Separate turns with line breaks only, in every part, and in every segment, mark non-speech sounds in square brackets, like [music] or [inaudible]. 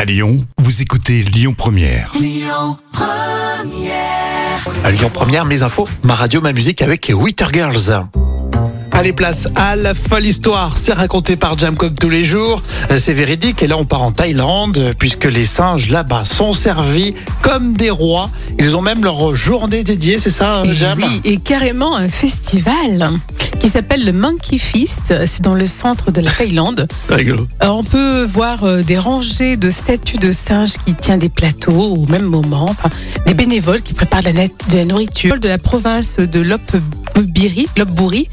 À Lyon, vous écoutez Lyon Première.
À Lyon Première, mes infos, ma radio, ma musique avec Witter Girls. Allez, place à la folle histoire. C'est raconté par Jam comme tous les jours. Euh, C'est véridique. Et là, on part en Thaïlande, euh, puisque les singes là-bas sont servis comme des rois. Ils ont même leur journée dédiée, c'est ça, euh,
Et
Jam
Eh oui, et carrément un festival qui s'appelle le Monkey Feast. C'est dans le centre de la Thaïlande.
Rigolo.
Alors, on peut voir euh, des rangées de statues de singes qui tiennent des plateaux au même moment. Enfin, des bénévoles qui préparent de la, nat- de la nourriture. De la province de Lopburi, Lopburi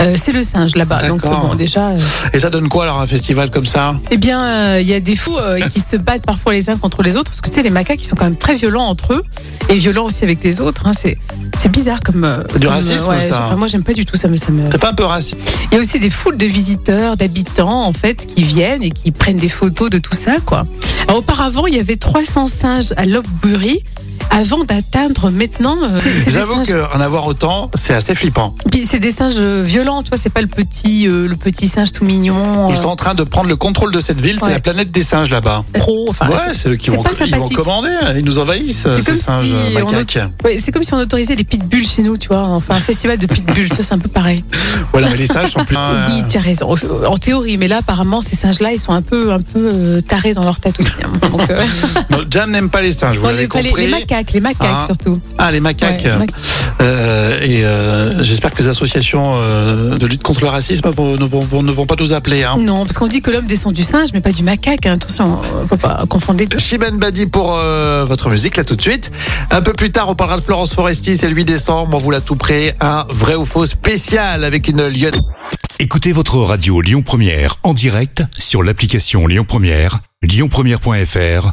euh, c'est le singe là-bas. Donc, euh,
D'accord.
bon, déjà. euh,
Et ça donne quoi, alors, un festival comme ça
eh bien, euh, il y a des fous euh, qui se battent parfois les uns contre les autres, parce que tu sais, les macaques, ils sont quand même très violents entre eux, et violents aussi avec les autres. hein, c'est, c'est bizarre comme. euh,
Du
comme,
racisme,
ouais,
ça.
enfin, moi, j'aime pas du tout ça, me, ça me.
C'est pas un peu raciste
Il y a aussi des foules de visiteurs, d'habitants, en fait, qui viennent et qui prennent des photos de tout ça, quoi. Alors, auparavant, il y avait 300 singes à Lopburi, avant d'atteindre maintenant. euh, c'est- c'est des
J'avoue
singes-
qu'en avoir autant, c'est assez flippant.
Puis c'est des singes euh, violents, tu vois, c'est pas le petit, euh, le petit singe tout mignon. euh,
Ils sont en train de prendre le contrôle de cette ville. C'est
Ouais.
la planète des singes là-bas.
pro, euh, enfin, c'est-
ouais, c'est eux qui
c'est
vont,
pas
ils vont
sympathique.
commander. hein. Ils nous envahissent,
C'est
ces
comme
singes
si
euh,
on-
macaques.
Ouais, c'est comme si on autorisait les pitbulls chez nous, tu vois. Enfin, un festival de pitbulls, ça c'est un peu pareil.
Voilà, mais les singes sont
[laughs]
plus.
Oui, tu as raison. En théorie, mais là, apparemment, ces singes-là, ils sont un peu, un peu euh, tarés dans leur tête aussi. hein. Donc, euh,
Non, Jam n'aime pas les singes, vous
bon,
l'avez
les, les-
compris.
les macaques, les macaques
Ah.
surtout.
Ah, les macaques.
Ouais, mac-
Euh, et euh, j'espère que les associations euh, de lutte contre le racisme vont- ne, vont, vont- ne vont pas nous appeler. Hein.
Non, parce qu'on dit que l'homme descend du singe, mais pas du macaque. hein. Attention, on peut pas confondre les deux.
Shiben Badi pour euh, votre musique, là tout de suite. Un peu plus tard, on parlera de Florence Foresti, c'est le 8 décembre, on vous l'a tout prêt, un vrai ou faux spécial avec une lionne.
Écoutez votre radio Lyon Première en direct sur l'application Lyon Première, lyonpremière.fr